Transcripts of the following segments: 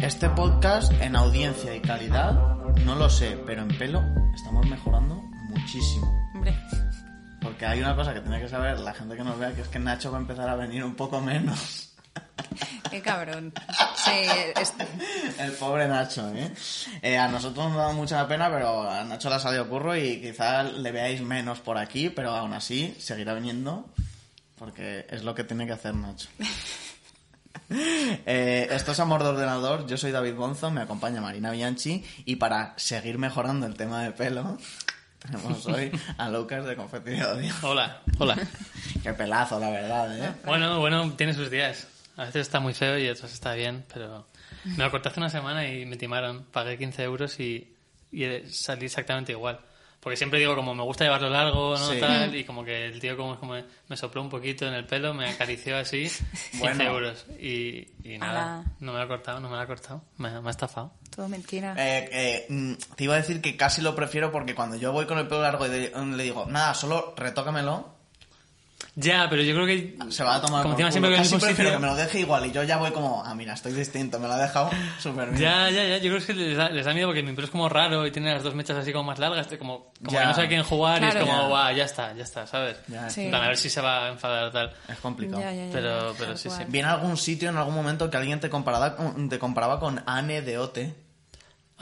Este podcast en audiencia y calidad, no lo sé, pero en pelo estamos mejorando muchísimo. Hombre, Porque hay una cosa que tiene que saber la gente que nos vea, que es que Nacho va a empezar a venir un poco menos. qué cabrón. Sí, es- El pobre Nacho, ¿eh? Eh, A nosotros nos da mucha pena, pero a Nacho le ha salido curro y quizá le veáis menos por aquí, pero aún así seguirá viniendo porque es lo que tiene que hacer Nacho. Eh, esto es Amor de Ordenador, yo soy David Bonzo, me acompaña Marina Bianchi y para seguir mejorando el tema de pelo tenemos hoy a Lucas de Confetti de Odio. Hola, hola. Qué pelazo, la verdad, ¿eh? Bueno, bueno, tiene sus días. A veces está muy feo y a otras está bien, pero me lo corté hace una semana y me timaron. Pagué 15 euros y, y eh, salí exactamente igual. Porque siempre digo, como me gusta llevarlo largo, ¿no? Sí. Tal, y como que el tío como, como me sopló un poquito en el pelo, me acarició así, 15 Bueno. euros. Y, y nada, Ala. no me lo ha cortado, no me lo ha cortado. Me, ha- me ha estafado. todo mentira. Eh, eh, mm, te iba a decir que casi lo prefiero porque cuando yo voy con el pelo largo y de- mm, le digo, nada, solo retócamelo, Ya, pero yo creo que... se va a tomar Como por culo. encima siempre voy al Casi mismo prefiero sitio. que me lo deje igual y yo ya voy como, ah, mira, estoy distinto, me lo ha dejado súper bien. Ya, ya, ya. Yo creo que es que les da, les da miedo porque mi pelo es como raro y tiene las dos mechas así como más largas. Como, como Ya. que no sabe quién jugar y Claro. es como, Ya. guau, ya está, ya está, ¿sabes? Ya, Sí. En plan, a ver si se va a enfadar o tal. Es complicado. Ya, ya, ya, Pero- ya, pero tal sí, sí. cual. Vi en algún sitio, en algún momento, que alguien te comparaba, te comparaba con Anne de Ote.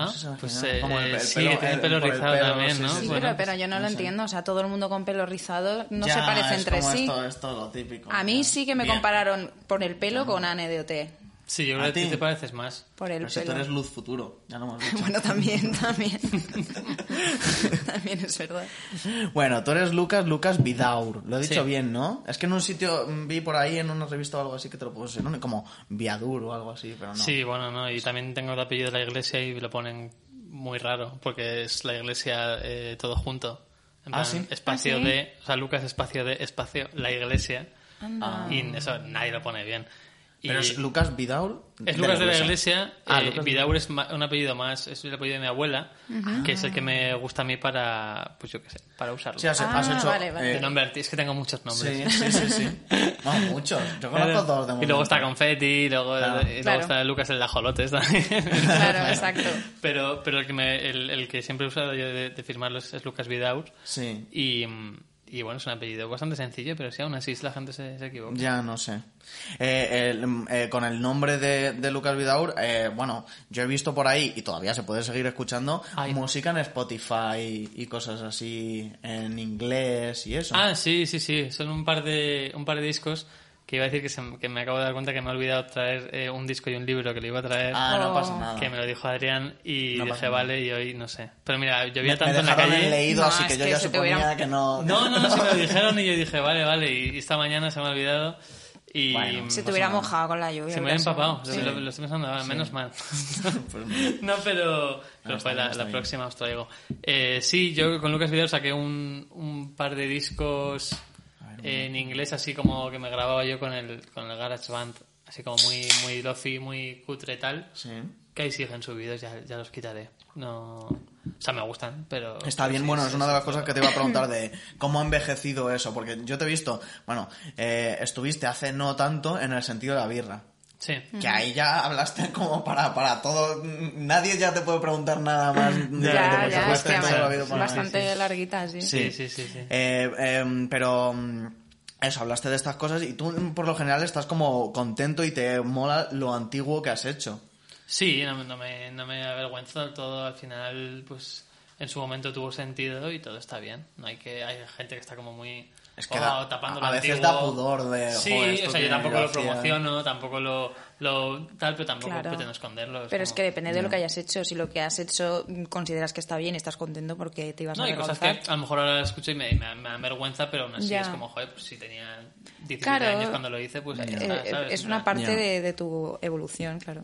Ah, Eso se me pues imagina, eh, como el pe- el sí, pelo- que tiene el- el pelo por el rizado pelo, también, sí, ¿no? sí, Sí, Bueno, pues, pero, pero yo no, no lo sé. entiendo. O sea, todo el mundo con pelo rizado no Ya, se parece es entre como sí. Esto, esto, lo típico. A mí sí que me Bien. compararon por el pelo con Anne de OT. sí, yo ¿A creo que a ti ti? te pareces más. Por el Pero si tú pelo. eres luz futuro, ya lo hemos dicho. Bueno, también, también. también es verdad. Bueno, tú eres Lucas, Lucas Vidaur. Lo he dicho Sí. bien, ¿no? Es que en un sitio mm, vi por ahí, en una revista o algo así, que te lo pusieron como Viadur o algo así, pero no. Sí, bueno, no. Y también tengo el apellido de la iglesia y lo ponen muy raro porque es la iglesia eh, todo junto. En Ah, plan, ¿sí? Espacio Ah, ¿sí? de. O sea, Lucas, espacio de, espacio, la iglesia. Anda. Y eso nadie lo pone bien. Y- Pero es Lucas Vidaur. Es Lucas de la Iglesia. Ah, eh, Lucas de- Vidaur es ma- un apellido más, es el apellido de mi abuela, que es el que me gusta a mí para, pues yo qué sé, para usarlo. Sí, has, Ah, has hecho. vale, vale. de eh, nombre arti- es que tengo muchos nombres. sí, sí, sí, sí. No, muchos. Yo conozco dos de y luego está momento. Confetti, luego, Claro. y luego Claro. está Lucas el Ajolotes también. Claro, exacto. Pero, pero el, que me- el, el que siempre he usado yo de, de firmarlo es, es Lucas Vidaur. Sí. Y, mm, y bueno, es un apellido bastante sencillo, pero si aún así la gente se, se equivoca. Ya, no sé. Eh, el, mm, eh, con el nombre de, de Lucas Vidaur, eh, bueno, yo he visto por ahí, y todavía se puede seguir escuchando, Ay. música en Spotify y cosas así en inglés y eso. Ah, sí, sí, sí. Son un par de, un par de discos que iba a decir que, se- que me acabo de dar cuenta que me he olvidado traer eh, un disco y un libro que le iba a traer. Ah, no Oh. pasa nada. Que me lo dijo Adrián y No pasa dije, nada. vale, y hoy no sé. Pero mira, Me- llovía me tanto en la dejaron el calle. leído, No, así es que yo que ya se te suponía hubieran- que no... No, no, no, se me lo dijeron y yo dije, vale, vale, y, y esta mañana se me ha olvidado. Y Bueno, Se No te pasa hubiera nada. mojado con la lluvia. se me había hubiera sido- empapado. Sí. Lo, lo estoy pensando ahora, menos mal. Pues mira. No, pero, pero está fue bien, la, está la bien. próxima os traigo. Eh, sí, yo con Lucas Video saqué un, un par de discos en inglés, así como que me grababa yo con el, con el Garage Band, así como muy, muy lofi, muy cutre tal. Sí. Que ahí siguen subidos, ya, ya los quitaré. No... O sea, me gustan, pero... Está bien, sí, bueno, sí, es una sí. de las cosas que te iba a preguntar de cómo ha envejecido eso, porque yo te he visto, bueno, eh, estuviste hace no tanto en el sentido de la birra. Sí. Que ahí ya hablaste como para, para todo. Nadie ya te puede preguntar nada más. Ya, Porque ya, tú es has que tenido además la es vida por ahí. bastante larguita, sí. Sí, sí, sí, sí. Eh, eh, pero. mm, Eso, hablaste de estas cosas y tú mm, por lo general estás como contento y te mola lo antiguo que has hecho. Sí, no, me- no me, no me avergüenzo del todo. Al final, pues, en su momento tuvo sentido y todo está bien. No hay que... Hay gente que está como muy... Es que "Oh, da- tapando a- a lo veces antiguo". da pudor de, Sí, "Joder, esto o sea, yo que tampoco yo lo hacía". promociono, tampoco lo... lo tal, pero tampoco Claro. pretendo esconderlo. Pero es como- que depende de lo que hayas hecho. Si lo que has hecho mm, consideras que está bien, estás contento porque te ibas No, a hay cosas avergonzar. que a lo mejor ahora las escucho y me, me, me da vergüenza, pero aún así Ya. es como, joder, pues si tenía 17 Claro. años cuando lo hice, pues ahí Eh, está, eh, ¿sabes? es En una plan, parte Ya. de, de tu evolución, claro.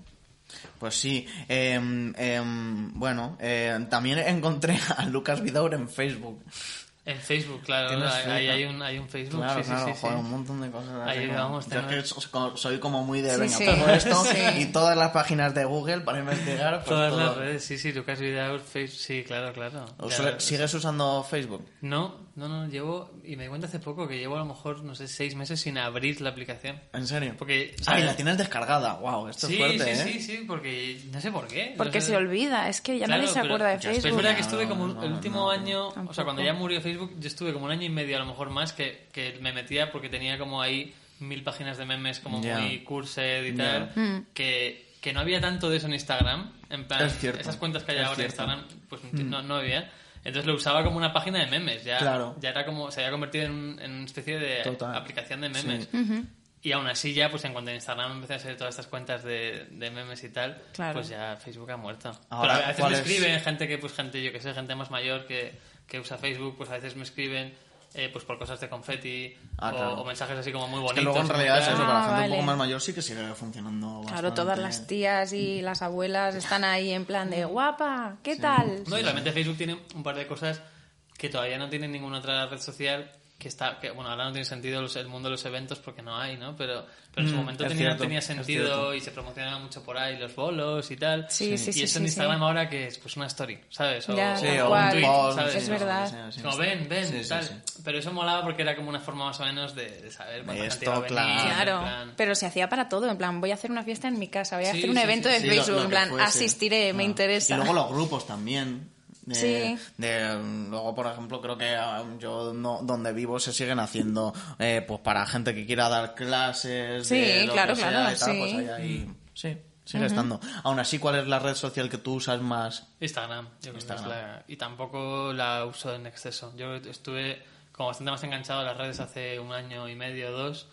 Pues sí. em, em, bueno, eh, también encontré a Lucas Vidaur en Facebook. En Facebook, claro. Tienes ahí- ahí Facebook. hay un, hay un Facebook. Claro, sí, sí, claro, sí, sí. joder, un montón de cosas. Ahí así vamos, Yo es que tenemos- so- co- soy como muy de, Sí, venga, sí. pongo esto Sí. y todas las páginas de Google para investigar. pues, Todas todo. las redes, sí, sí, Lucas Vidal, Facebook, sí, claro, claro. ¿O Ya, suele- ¿Sigues usando Facebook? No, no, no, llevo, y me di cuenta hace poco que llevo a lo mejor, no sé, seis meses sin abrir la aplicación. ¿En serio? Porque, o sea, Ah, y la tienes descargada. Wow, esto sí, es fuerte, sí, ¿eh? sí, sí, porque no sé por qué. Porque no sé- se olvida, es que ya Claro, nadie se pero- acuerda de ya estoy- Facebook. Pero es verdad que estuve No, como no, el último no. año, o sea, cuando Tampoco. ya murió Facebook, yo estuve como un año y medio a lo mejor más que, que me metía porque tenía como ahí mil páginas de memes como Ya. muy cursed y Ya. tal, Mm. que, que no había tanto de eso en Instagram, en plan, Es cierto. esas cuentas que hay Es ahora en cierto. Mm. Instagram, pues no, no había. Entonces lo usaba como una página de memes, ya, Claro. ya era como, se había convertido en, un- en una especie de Total. aplicación de memes. Sí. Y aún así ya, pues en cuanto en Instagram empecé a hacer todas estas cuentas de, de memes y tal, Claro. pues ya Facebook ha muerto. Ahora, Pero a veces ¿cuál me es? escriben gente que, pues gente, yo que sé, gente más mayor que, que usa Facebook, pues a veces me escriben eh, pues por cosas de confeti Ah, o, claro. o mensajes así como muy Es bonitos. que luego en como realidad es tal. eso, Ah, para la gente un vale. poco más mayor sí que sigue funcionando Claro, bastante. todas las tías y las abuelas están ahí en plan de guapa, ¿qué tal? No, y realmente Facebook tiene un par de cosas que todavía no tiene ninguna otra red social que está, que bueno, ahora no tiene sentido los- el mundo de los eventos porque no hay, ¿no? Pero, pero en su Mm, momento es tenía, cierto, tenía es sentido cierto. y se promocionaba mucho por ahí los bolos y tal. Sí, sí, y sí, sí, eso en sí. Instagram ahora que es pues una story, ¿sabes? O, Ya, Sí, tal o un cual. post, ¿sabes? Es sí, o verdad. lo que sea, sí. Como ven, ven, Sí, sí, tal. sí. Pero eso molaba porque era como una forma más o menos de, de saber cuánta Esto, gente iba a venir, claro. en Claro, plan- pero se hacía para todo, en plan, voy a hacer una fiesta en mi casa, voy a Sí, hacer un sí, evento sí, de sí, lo- Facebook, lo en que plan, fuese. asistiré, me Ah. interesa. Y luego los grupos también. De, Sí. de, mm, luego, por ejemplo, creo que ah, yo no- donde vivo se siguen haciendo eh, pues para gente que quiera dar clases. de Sí, lo claro, que sea claro, y tal, sí. pues ahí hay- sí, sigue estando. Aún así, ¿cuál es la red social que tú usas más? Instagram, yo creo que Instagram. es la- Y tampoco la uso en exceso. Yo estuve como bastante más enganchado a las redes hace un año y medio, dos.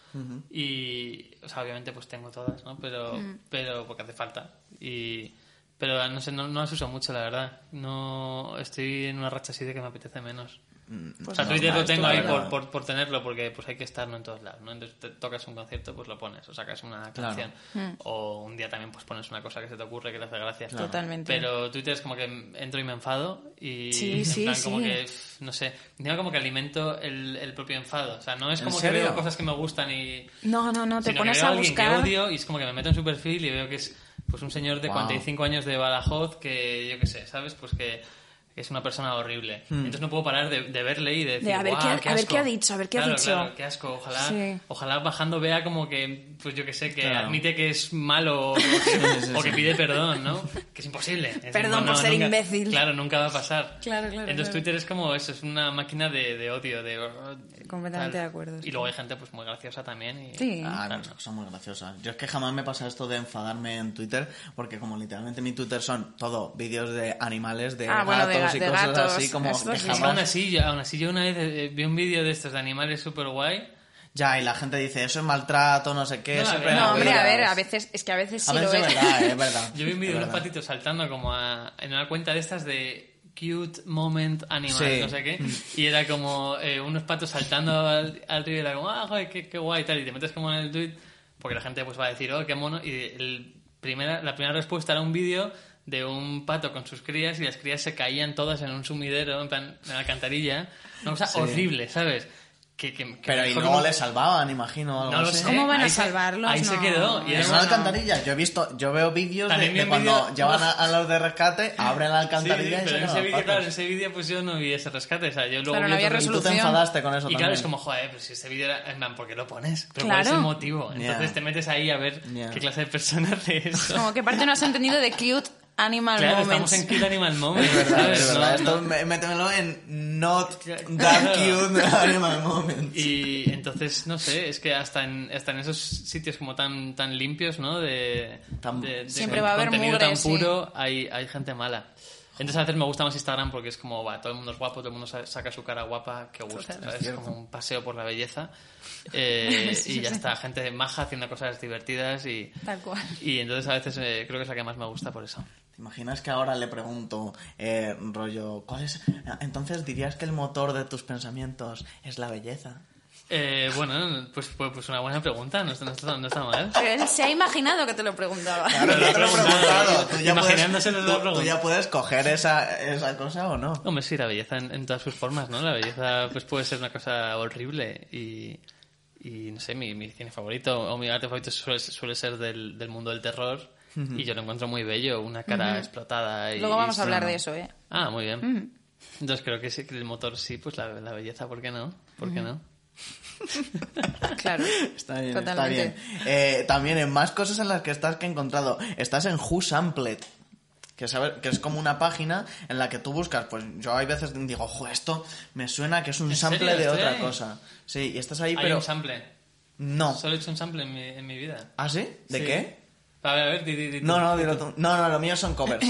Y, o sea, obviamente pues tengo todas, ¿no? Pero, pero porque hace falta. Y, pero no sé, no, no las uso mucho, la verdad. No estoy en una racha así de que me apetece menos. O Pues sea, no, Twitter no, lo esto tengo ahí claro. por, por, por tenerlo, porque pues hay que estar ¿no? en todos lados, ¿no? Entonces te tocas un concierto, pues lo pones, o sacas una canción. Mm. O un día también pues pones una cosa que se te ocurre que te hace gracia. Claro. Totalmente. Pero Twitter es como que entro y me enfado y Sí, en sí, plan sí. como que, pff, no sé, digo como que alimento el, el propio enfado. O sea, no es ¿En como que serio? veo cosas que me gustan y... No, no, no, te sino que pones veo a alguien buscar. que odio y es como que me meto en su perfil y veo que es pues un señor de Wow. 45 años de Badajoz que, yo qué sé, ¿sabes? Pues que es una persona horrible. Hmm. Entonces no puedo parar de, de verle y de decir, De a ver "Guau, qué ha- a ver asco". qué ha dicho, a ver qué ha Claro, dicho. claro, qué asco. Ojalá, Sí. ojalá bajando vea como que, pues yo qué sé, que Claro. admite que es malo o que, o que pide perdón, ¿no? Que es imposible. Es Perdón decir, por ser imbécil. Claro, nunca va a pasar. Claro, claro, Entonces claro. Twitter es como eso, es una máquina de, de odio, de... Completamente de acuerdo, Y sí. luego hay gente pues muy graciosa también. Y, Sí. Ah, hay Claro. muchas cosas muy graciosas. Yo es que jamás me pasa esto de enfadarme en Twitter, porque como literalmente mi Twitter son todo vídeos de animales, de Ah, gatos bueno, de ga- y de cosas gatos. así, como Esto que sí. Es que aún jamás... así, yo- aún así yo una vez eh, vi un vídeo de estos de animales súper guay. Ya, y la gente dice, eso es maltrato, no sé qué... No, a siempre ver, hay No, hombre, a movidas. ver, a veces, es que a veces sí A veces lo es es. verdad, eh, es verdad. Yo vi un vídeo de Es unos verdad. patitos saltando como a- en una cuenta de estas de cute moment animal, Sí. no sé qué. Y era como eh, unos patos saltando al, al río y era como, ah, joder, qué, qué guay y tal. Y te metes como en el tweet porque la gente pues va a decir, oh, qué mono. Y el primera, la primera respuesta era un vídeo de un pato con sus crías y las crías se caían todas en un sumidero, en plan, en la alcantarilla. Una cosa horrible, ¿sabes? Que, que, que Pero y mejor luego no- le salvaban, imagino, algo No lo así. sé. ¿Cómo van a Ahí se- salvarlos? Ahí se No. quedó. Y Y era es como- una alcantarilla. Yo he visto, yo veo vídeos de, También vi de un cuando vídeo- llevan a, a los de rescate, abren la Sí, alcantarilla y pero sacan en ese a los vídeo, patos. claro, en ese vídeo pues yo no vi ese rescate. O sea, yo luego Claro, vi no había otro Y tú te resolución. enfadaste con eso Y también. claro, es como, joder, pero si este vídeo era... En plan, ¿por qué lo pones? Pero ¿cuál es el Claro. motivo? Entonces Yeah. te metes ahí a ver Yeah. qué clase de persona hace eso. Como que parte no has entendido de cute animal claro, moments. estamos en Kill Animal Moment, Es verdad, ¿sabes? es verdad. No, Esto no. me- métemelo en not that Claro. cute animal moment. Y entonces, no sé, es que hasta en, hasta en esos sitios como tan, tan limpios, ¿no? De, Tan- de- de Siempre va a haber contenido tan mugre, sí. puro, hay, hay gente mala. Entonces a veces me gusta más Instagram porque es como, va, todo el mundo es guapo, todo el mundo sa- saca su cara guapa, que gusta, ¿sabes? Es como un paseo por la belleza. Eh, y ya está, gente maja haciendo cosas divertidas y... Tal cual. Y entonces a veces eh, creo que es la que más me gusta por eso. ¿Te imaginas que ahora le pregunto, eh, rollo, ¿cuál es? Entonces dirías que el motor de tus pensamientos es la belleza. Eh, bueno, pues, pues, pues una buena pregunta, no está, no está- no está mal. Pero él se ha imaginado que te lo preguntaba. Claro, Pero ya te lo he lo he preguntado. preguntado. Tú ya, puedes, Imaginándose lo he tú- tú, preguntado. ya puedes coger esa, esa cosa o no. Hombre, sí, la belleza en, en todas sus formas, ¿no? La belleza pues puede ser una cosa horrible y, y no sé, mi, mi cine favorito o mi arte favorito suele, suele ser del, del mundo del terror y yo lo encuentro muy bello, una cara explotada. Y, Luego vamos a hablar de eso, ¿eh? Ah, muy bien. Entonces creo que, sí, que el motor sí, pues la, la belleza, ¿por qué no? ¿Por qué no? ¿eh? Claro. Está bien, Totalmente. está bien. Eh, también en más cosas en las que estás que he encontrado. Estás en Who Sampled. Que, sabe- que es como una página en la que tú buscas, pues yo hay veces digo, jo, esto me suena que es un ¿En serio? sample de ¿Estoy otra ahí? cosa. Sí, y estás ahí, Hay pero... un sample. No. Solo he hecho un sample en mi, en mi vida. ¿Ah, sí? ¿De Sí. qué? A ver, a ver, di, di, di, No, di. no, dilo tú. No, no, lo mío son covers.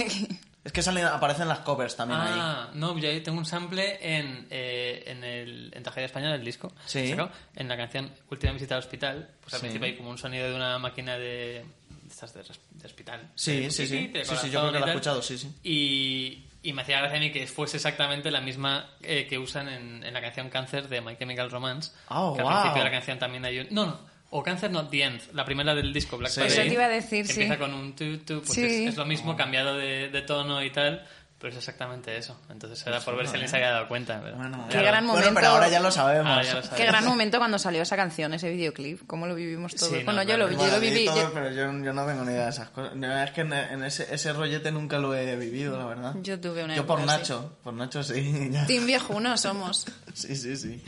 es que salen, aparecen las covers también ahí. Ah, no, yo ahí tengo un sample en, eh, en, el, en Tragedia Española, el disco. Sí. que he sacado, En la canción Última visita al hospital, pues al Sí. principio hay como un sonido de una máquina de. de estas de, res- de hospital. Sí, Eh, sí, sí. de Sí, sí, yo creo que la he corazón y tal. escuchado, sí, sí. Y, y me hacía gracia a mí que fuese exactamente la misma eh, que usan en, en la canción Cáncer de My Chemical Romance. Ah, que guau. al principio de la canción también hay un. No, no. O Cáncer no, The End, la primera del disco, Black Sí. Oh. Friday. Eso te iba a decir, que sí. Empieza con un tu, tu, pues Sí. es- es lo mismo cambiado de, de tono y tal, pero es exactamente eso. Entonces Pues era por ver ¿eh? si alguien se había dado cuenta. pero- Bueno, Ya Qué lo- gran Bueno, momento. pero ahora ya lo sabemos. ahora Ah, ya lo sabes. Qué gran momento cuando salió esa canción, ese videoclip. ¿Cómo lo vivimos todos? Sí, no, bueno, yo, claro. lo, yo Bueno, lo leí viví. todo, Yo, pero yo, yo no tengo ni idea de esas cosas. La verdad es que en, en ese, ese rollete nunca lo he vivido, la verdad. yo tuve una. Yo por época así. Nacho, por Nacho sí. ya. Team viejuno somos. Sí, sí, sí.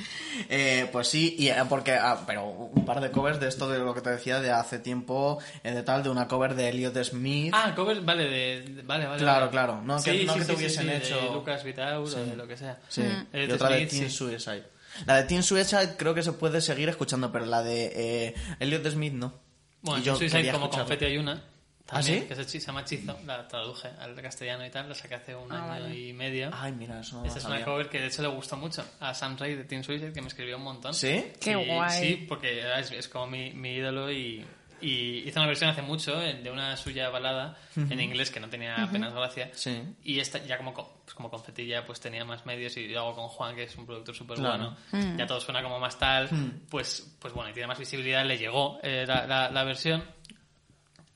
Eh, pues sí, y eh, porque, ah, pero un par de covers de esto de lo que te decía de hace tiempo, eh, de tal, de una cover de Elliot Smith. Ah, cover, vale, de, de- vale, vale. Claro, vale. claro. No, que- no que te hubiesen de hecho- Lucas Vitaur o de lo que sea. sí. mm. Elliot Y otra de Smith, Teen sí. Suicide. La de Teen Suicide creo que se puede seguir escuchando, pero la de eh, Elliot Smith no. Bueno, Y yo Suicide quería como escucharla. confete hay una. ¿Ah, También, sí? Que se, chi- se llama Chizo, la traduje al castellano y tal, la saqué hace un Ah, año vale. y medio. Ay, mira, eso no lo Esta es una sabía. cover que de hecho le gustó mucho a Sam Ray de Teen Suicide, que me escribió un montón. ¿Sí? Qué Sí, guay. Sí, porque era- es, es como mi, mi ídolo y, y hizo una versión hace mucho eh, de una suya balada en inglés que no tenía apenas gracia. Sí. Y esta ya como, co- pues como confetilla pues tenía más medios y yo hago con Juan, que es un productor súper Claro. Mm. bueno, Mm. ya todo suena como más tal, pues, pues bueno, y tiene más visibilidad, le llegó eh, la, la- la versión.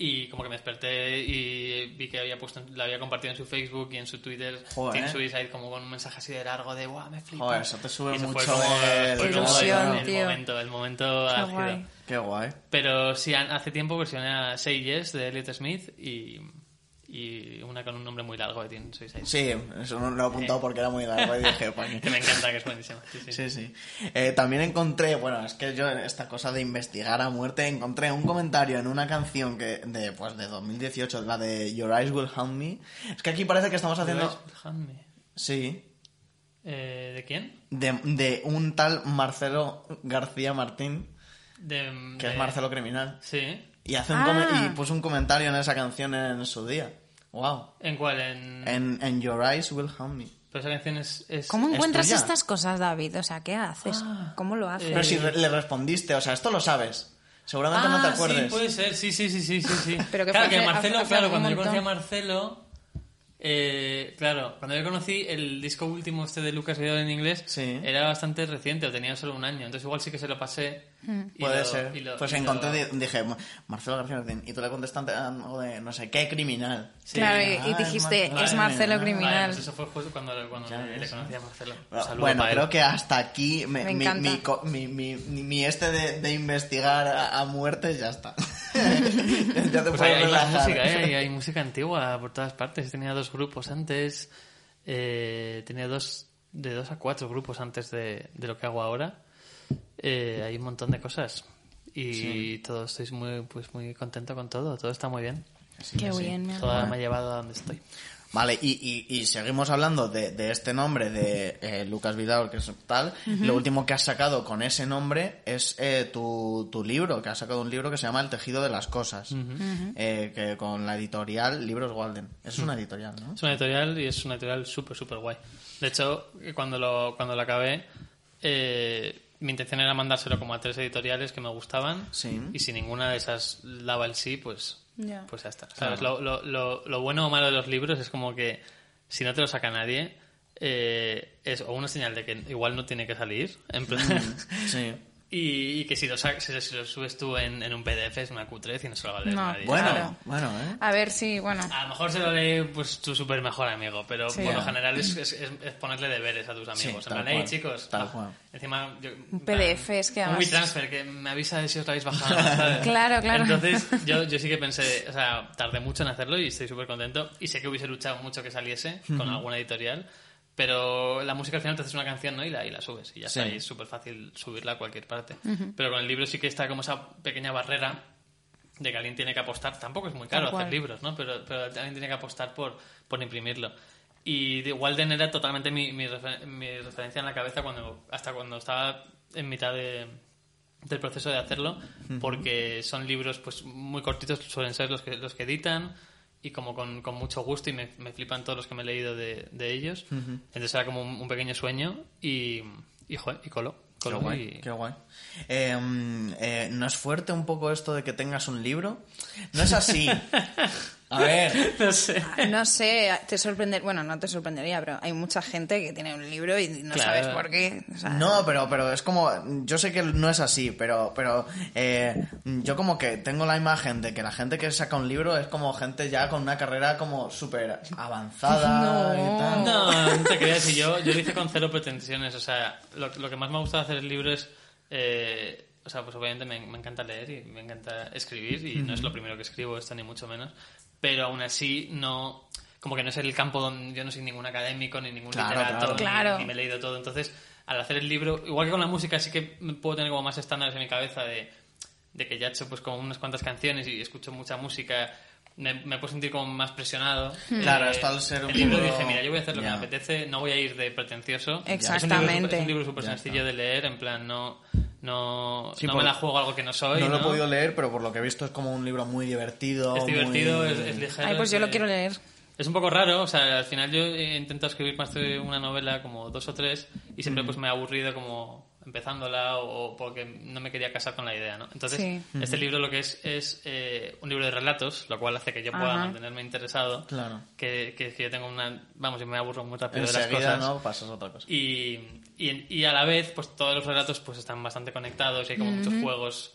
Y como que me desperté y vi que había puesto, la había compartido en su Facebook y en su Twitter, Joder, Teen eh. Suicide, como con un mensaje así de largo de, guau, me flipa. Joder, eso te sube Y eso mucho fue como, el- fue Qué como ilusión, el, tío. momento, el momento álgido. guay. Qué guay. Pero sí, an- hace tiempo versioné a Say Yes de Elliot Smith y, y una con un nombre muy largo de Teen Suicide. Sí, eso no lo he apuntado porque era muy largo y dije, "Pa' qué". Que me encanta, que es buenísima. Sí, sí. Sí, sí. Eh, también encontré, bueno, es que yo esta cosa de investigar a muerte, encontré un comentario en una canción que de pues de 2018, la de Your Eyes Will Hunt Me. Es que aquí parece que estamos haciendo Otherwise, Hand Me. sí, Eh, ¿De quién? de, de un tal Marcelo García Martín, De, que de- es Marcelo Criminal, Sí. y hace un Ah. come- y puso un comentario en esa canción en su día. Wow. ¿En cuál? En... En, en Your Eyes Will Hunt Me. Pero esa canción es... es- ¿Cómo Es encuentras tuya. estas cosas, David? O sea, ¿qué haces? ¿Cómo lo haces? Pero si re- le respondiste, o sea, esto lo sabes. Seguramente no te Ah, acuerdes. sí, puede ser. Sí, sí, sí, sí, sí. sí. Pero que claro, fue que hace- Marcelo, hace- hace claro, un cuando yo conocí a montón. Marcelo... eh, claro, cuando yo conocí el disco último este de Lucas Vidal en inglés, Sí. era bastante reciente, o tenía solo un año, entonces igual sí que se lo pasé. y Mm. Puede lo- ser. y lo- pues y lo- encontré, di- dije, "Ma- Marcelo García Martín, y tú le contestaste "Ah, algo de no sé qué criminal. Sí. Claro, Ah, y, y es dijiste, Marcelo es Criminal. Marcelo Vale, Criminal. pues eso fue justo cuando, cuando Ya le, ves, le ¿eh? conocí a Marcelo. Bueno, Saludo bueno, para él. creo que hasta aquí me- Me mi, encanta. mi co- mi- mi- mi este de, de investigar a, a muertes ya está. ya te Pues hay, puedes hay más relajar. música, ¿eh? hay, hay música antigua por todas partes. Tenía dos grupos antes, eh, tenía dos de dos a cuatro grupos antes de, de lo que hago ahora. Eh, hay un montón de cosas y todo estoy muy pues muy contento con todo. Todo está muy bien. Qué bien, mi amor. Todo me ha llevado a donde estoy. Vale, y, y- y seguimos hablando de, de este nombre de eh, Lucas Vidal, que es tal. Lo último que has sacado con ese nombre es eh, tu, tu libro, que has sacado un libro que se llama El tejido de las cosas, eh, que con la editorial Libros Walden. Eso es una editorial, ¿no? Es una editorial y es una editorial súper, súper guay. De hecho, cuando lo, cuando lo acabé, eh, mi intención era mandárselo como a tres editoriales que me gustaban. Sí. Y si ninguna de esas daba el sí, pues, Ya. pues ya está. ¿Sabes? Lo, lo- lo- lo bueno o malo de los libros es como que si no te lo saca nadie, Mm. eh, es o una señal de que igual no tiene que salir. En plan, Sí. Y, y que si lo, sa- si lo- si lo subes tú en, en un PDF es una Q3 y no se lo va a leer No. nadie. Bueno, Claro. bueno, ¿eh? A ver, sí, bueno. A lo mejor se lo lee pues, tu súper mejor amigo, pero Sí. por lo Ya. general es, es- es- es ponerle deberes a tus Sí, amigos. en tal plan, hey cual, chicos, tal ah, cual. encima... yo- Un PDF es que un además- WeTransfer, que me avisa de si os lo habéis bajado. ¿sabes? Claro, claro. Entonces yo, yo sí que pensé, o sea, tardé mucho en hacerlo y estoy súper contento. Y sé que hubiese luchado mucho que saliese con alguna editorial, pero la música al final te haces una canción ¿no? y, la, y la subes. Y ya Sí. está, y es súper fácil subirla a cualquier parte. Pero con el libro sí que está como esa pequeña barrera de que alguien tiene que apostar. Tampoco es muy Tal caro cual. hacer libros, ¿no? Pero, pero alguien tiene que apostar por, por imprimirlo. Y de Walden era totalmente mi, mi refer- mi referencia en la cabeza cuando hasta cuando estaba en mitad de, del proceso de hacerlo, porque son libros pues muy cortitos, suelen ser los que, los que editan y como con, con mucho gusto y me, me flipan todos los que me he leído de, de ellos. Entonces era como un, un pequeño sueño y, y, joder, y coló. Qué coló guay, y- qué guay. Eh, mm, eh, ¿No es fuerte un poco esto de que tengas un libro? No es así. A ver, No sé. No sé, te sorprendería, bueno, no te sorprendería, pero hay mucha gente que tiene un libro y no Claro. sabes por qué. o sea, no, pero, pero es como, yo sé que no es así, pero, pero eh, yo como que tengo la imagen de que la gente que saca un libro es como gente ya con una carrera como súper avanzada y No. tal. No, no te creas, y yo, yo lo hice con cero pretensiones. O sea, lo, lo que más me ha gustado hacer el libro es. eh, o sea, pues obviamente me, me encanta leer y me encanta escribir, y no es lo primero que escribo, esto ni mucho menos. Pero aún así, no. Como que no es el campo donde yo no soy ningún académico, ni ningún Claro, literato, claro. ni- Claro. ni me he leído todo. Entonces, al hacer el libro, igual que con la música, sí que puedo tener como más estándares en mi cabeza de, de que ya he hecho pues como unas cuantas canciones y escucho mucha música. Me, me puedo sentir como más presionado. Claro, Eh, esto al ser un El libro libro- dije, mira, yo voy a hacer lo que Ya. me apetece, no voy a ir de pretencioso. Exactamente. Es un libro- Es un libro súper Ya sencillo de leer, en plan, no, no, Sí, no por- me la juego a algo que no soy. No No, lo he podido leer, pero por lo que he visto es como un libro muy divertido. Es divertido, muy- es, es ligero. Ay, pues yo es lo de- quiero leer. Es un poco raro, o sea, al final yo he intentado escribir más de una novela, como dos o tres, y siempre pues me ha aburrido como empezándola o, o porque no me quería casar con la idea, ¿no? Entonces, Sí. este libro lo que es es eh, un libro de relatos, lo cual hace que yo pueda Ajá. mantenerme interesado. Claro. Que, que, que yo tengo una... Vamos, yo me aburro muy rápido de las Enseguida, cosas. ¿no? Pasas a otra cosa. Y, y, y a la vez, pues todos los relatos pues están bastante conectados y hay como muchos juegos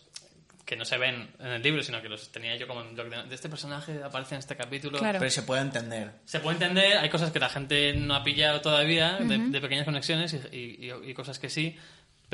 que no se ven en el libro, sino que los tenía yo como en blog de, de este personaje aparece en este capítulo. Claro. Pero se puede entender. Se puede entender, hay cosas que la gente no ha pillado todavía, de, de pequeñas conexiones y, y- y- y cosas que sí,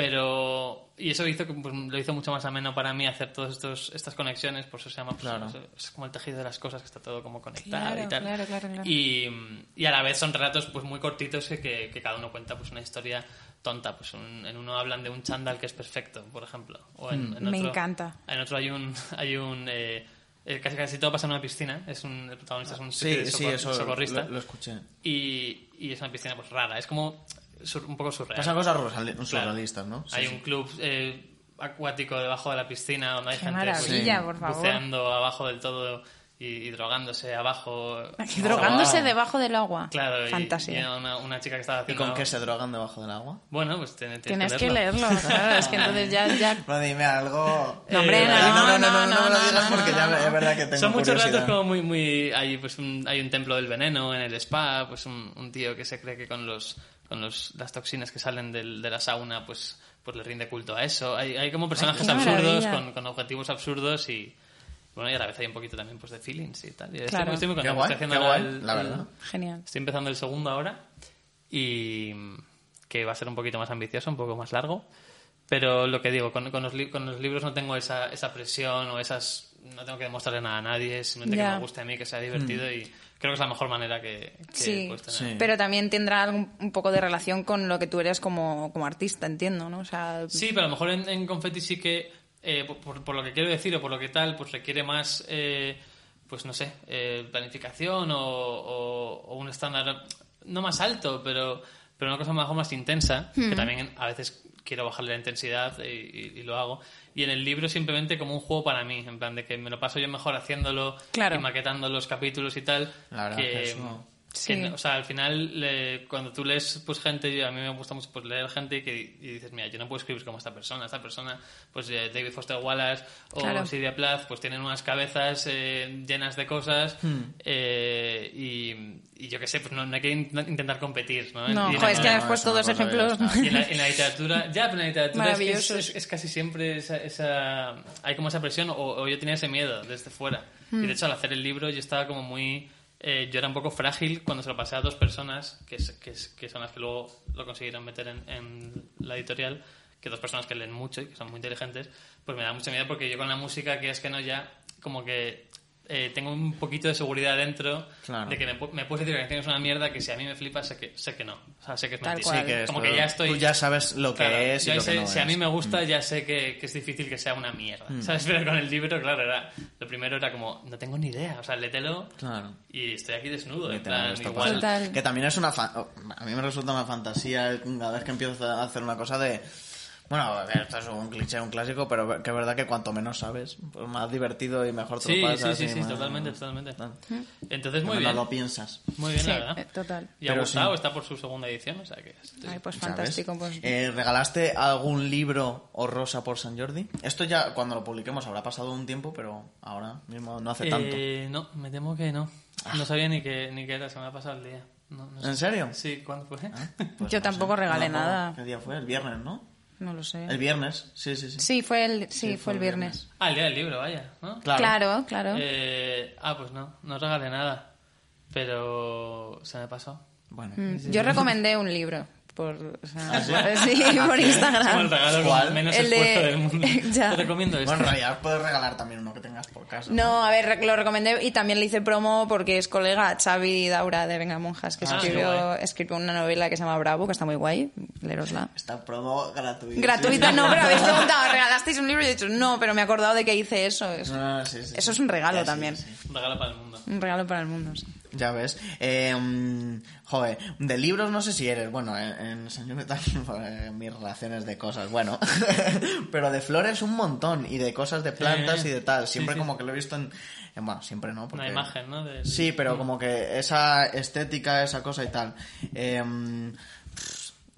pero... Y eso hizo que, pues, lo hizo mucho más ameno para mí hacer todas estos, estas conexiones, por eso se llama... pues, Claro. eso- es como el tejido de las cosas que está todo como conectado Claro, y tal. claro, claro, claro. Y, y a la vez son relatos pues muy cortitos que, que, que cada uno cuenta pues una historia tonta. Pues un- en uno hablan de un chándal que es perfecto, por ejemplo. O en, en Mm. Me otro- encanta. En otro hay un... Hay un eh, eh, casi, casi todo pasa en una piscina. Es un, el protagonista es un Sí, sí, socor- eso socorrista. lo, lo escuché. Y, y es una piscina pues rara. Es como sur- un poco surreal. Pasan cosas surreali- Claro. surrealistas, ¿no? Sí, hay sí. un club eh, acuático debajo de la piscina donde hay Qué gente pues, maravilla, sí. por favor. buceando abajo del todo y, y drogándose abajo. Y drogándose wow. debajo del agua. Claro, y- y, Fantasía. era una, una chica que ¿Y estaba haciendo... con qué se drogan debajo del agua? Bueno, pues tiene- Tienes que leerlo. leerlo, claro, es que entonces ya... ya... No, dime algo. No, hombre, Eh, no, no, no, no, no, me lo no, digas no, porque no, ya no. es verdad que tengo Son muchos curiosidad. ratos como muy, muy... Hay, pues, un, hay un templo del veneno en el spa, pues un, un tío que se cree que con los con los, las toxinas que salen del- de la sauna, pues, pues le rinde culto a eso. Hay, hay como personajes qué absurdos, maravilla. con, con objetivos absurdos y... Bueno, y a la vez hay un poquito también pues de feelings y tal. Y estoy- Claro. estoy muy Qué contento. guay, Estoy qué haciendo guay, el- la el- verdad. Genial. Estoy empezando el segundo ahora y que va a ser un poquito más ambicioso, un poco más largo. Pero lo que digo, con, con los, li- con los libros no tengo esa, esa presión o esas... No tengo que demostrarle nada a nadie, simplemente Ya. que me guste a mí, que sea divertido y creo que es la mejor manera que, que Sí. puedes tener. Sí. Pero también tendrá algún, un poco de relación con lo que tú eres como, como artista, entiendo, ¿no? O sea, Sí, pero a lo mejor en, en Confetti sí que, eh, por- por, por lo que quiero decir o por lo que tal, pues requiere más, eh, pues no sé, eh, planificación o, o- o un estándar no más alto, pero, pero una cosa a lo mejor más intensa, Hmm. que también a veces quiero bajarle la intensidad y, y- y lo hago. Y en el libro simplemente como un juego para mí, en plan de que me lo paso yo mejor haciéndolo Claro. y maquetando los capítulos y tal, La verdad que, que eso- Sí. Que no- o sea, al final, le- cuando tú lees pues gente, y a mí me gusta mucho pues, leer gente que y dices, mira, yo no puedo escribir como esta persona, esta persona, pues eh, David Foster Wallace o Claro. Sidia Plath, pues tienen unas cabezas eh, llenas de cosas eh, y, y yo qué sé, pues no, no hay que in- intentar competir, ¿no? No, Y joder, en la- es que no, después eso no todos pasa, ejemplos. ya está. y en la, en la literatura, ya, pero en la literatura es, que es, Maravillosos. es- es casi siempre esa, esa- hay como esa presión, o, o yo tenía ese miedo desde fuera. Y de hecho, al hacer el libro, yo estaba como muy. eh, yo era un poco frágil cuando se lo pasé a dos personas, que, es- que, es- que son las que luego lo consiguieron meter en, en la editorial, que dos personas que leen mucho y que son muy inteligentes, pues me da mucho miedo porque yo con la música, que es que no, ya, como que. eh, tengo un poquito de seguridad dentro Claro. de que me, pu- me puedes decir que la canción es una mierda que si a mí me flipa sé que, sé que no. O sea, sé que es Tal mentira. Sí, cual. que Como esto- que ya estoy. Tú ya sabes lo que Claro, es y yo lo sé- que no si a es. Mm. mí me gusta, ya sé que, que es difícil que sea una mierda. ¿Sabes? Pero con el libro, claro, era. Lo primero era como, no tengo ni idea. O sea, lételo Claro. y estoy aquí desnudo. En Literal, plan, esto igual. pasa. Total. Que también es una... fa- A mí me resulta una fantasía cada vez que empiezo a hacer una cosa de... Bueno, a ver, esto es un cliché, un clásico, pero que es verdad que cuanto menos sabes, pues más divertido y mejor te Sí, lo sí, pasas. sí, y sí, más- Ah. totalmente, totalmente. Tal. Entonces, muy Cuando bien. lo piensas. Muy bien, Mm. Sí, la verdad. eh, total. Y ha Pero gustado, sí. está por su segunda edición, o sea que. estoy- Ay, pues ¿Sabes? fantástico. Pues, Eh, ¿Regalaste algún libro o rosa por San Jordi? Esto ya cuando lo publiquemos habrá pasado un tiempo, pero ahora mismo no hace tanto. Eh, no, me temo que no. No sabía ni que, ni que era, se me ha pasado el día. No, no sé. Ah. ¿En serio? Sí, ¿cuándo fue? Pues Yo no tampoco sé. regalé No me acuerdo. nada. ¿Qué día fue? El viernes, ¿no? no lo sé. El viernes, sí, sí, sí. Sí, fue el, sí, fue el viernes. Ah, el día del libro, vaya, ¿no? Claro, claro. Eh, ah, pues no, no regalé nada. Pero se me pasó. Bueno. Mm, Yo recomendé un libro por, o sea, ¿Ah, sí? sí, por Es como el Instagram. regalo ¿Cuál? con menos El de- esfuerzo del mundo. Ya. Te recomiendo este. Bueno, esto. en realidad puedes regalar también uno que tengas por casa. No, a ver, rec- lo recomendé y también le hice promo porque es colega Xavi Daura de Venga Monjas, que Ah, qué escribió, guay. escribió una novela que se llama Bravo, que está muy guay, leerosla. Está promo gratuita. Gratuita, no, pero habéis preguntado, ¿regalasteis un libro? Y yo he dicho, no, pero me he acordado de que hice eso. Es Ah, sí, sí, Eso sí. es un regalo Ya, sí, también. sí, sí. Un regalo para el mundo. un regalo para el mundo, sí. Ya ves. Eh, mm, joder, de libros no sé si eres. Bueno, en, en Señor Metal, eh, mis relaciones de cosas, bueno. pero de flores un montón. Y de cosas de plantas Sí. y de tal. Sí, Siempre sí. como que lo he visto en. en- bueno, siempre no. Porque... Una imagen, ¿no? Del- Sí, pero como que esa estética, esa cosa y tal. Em,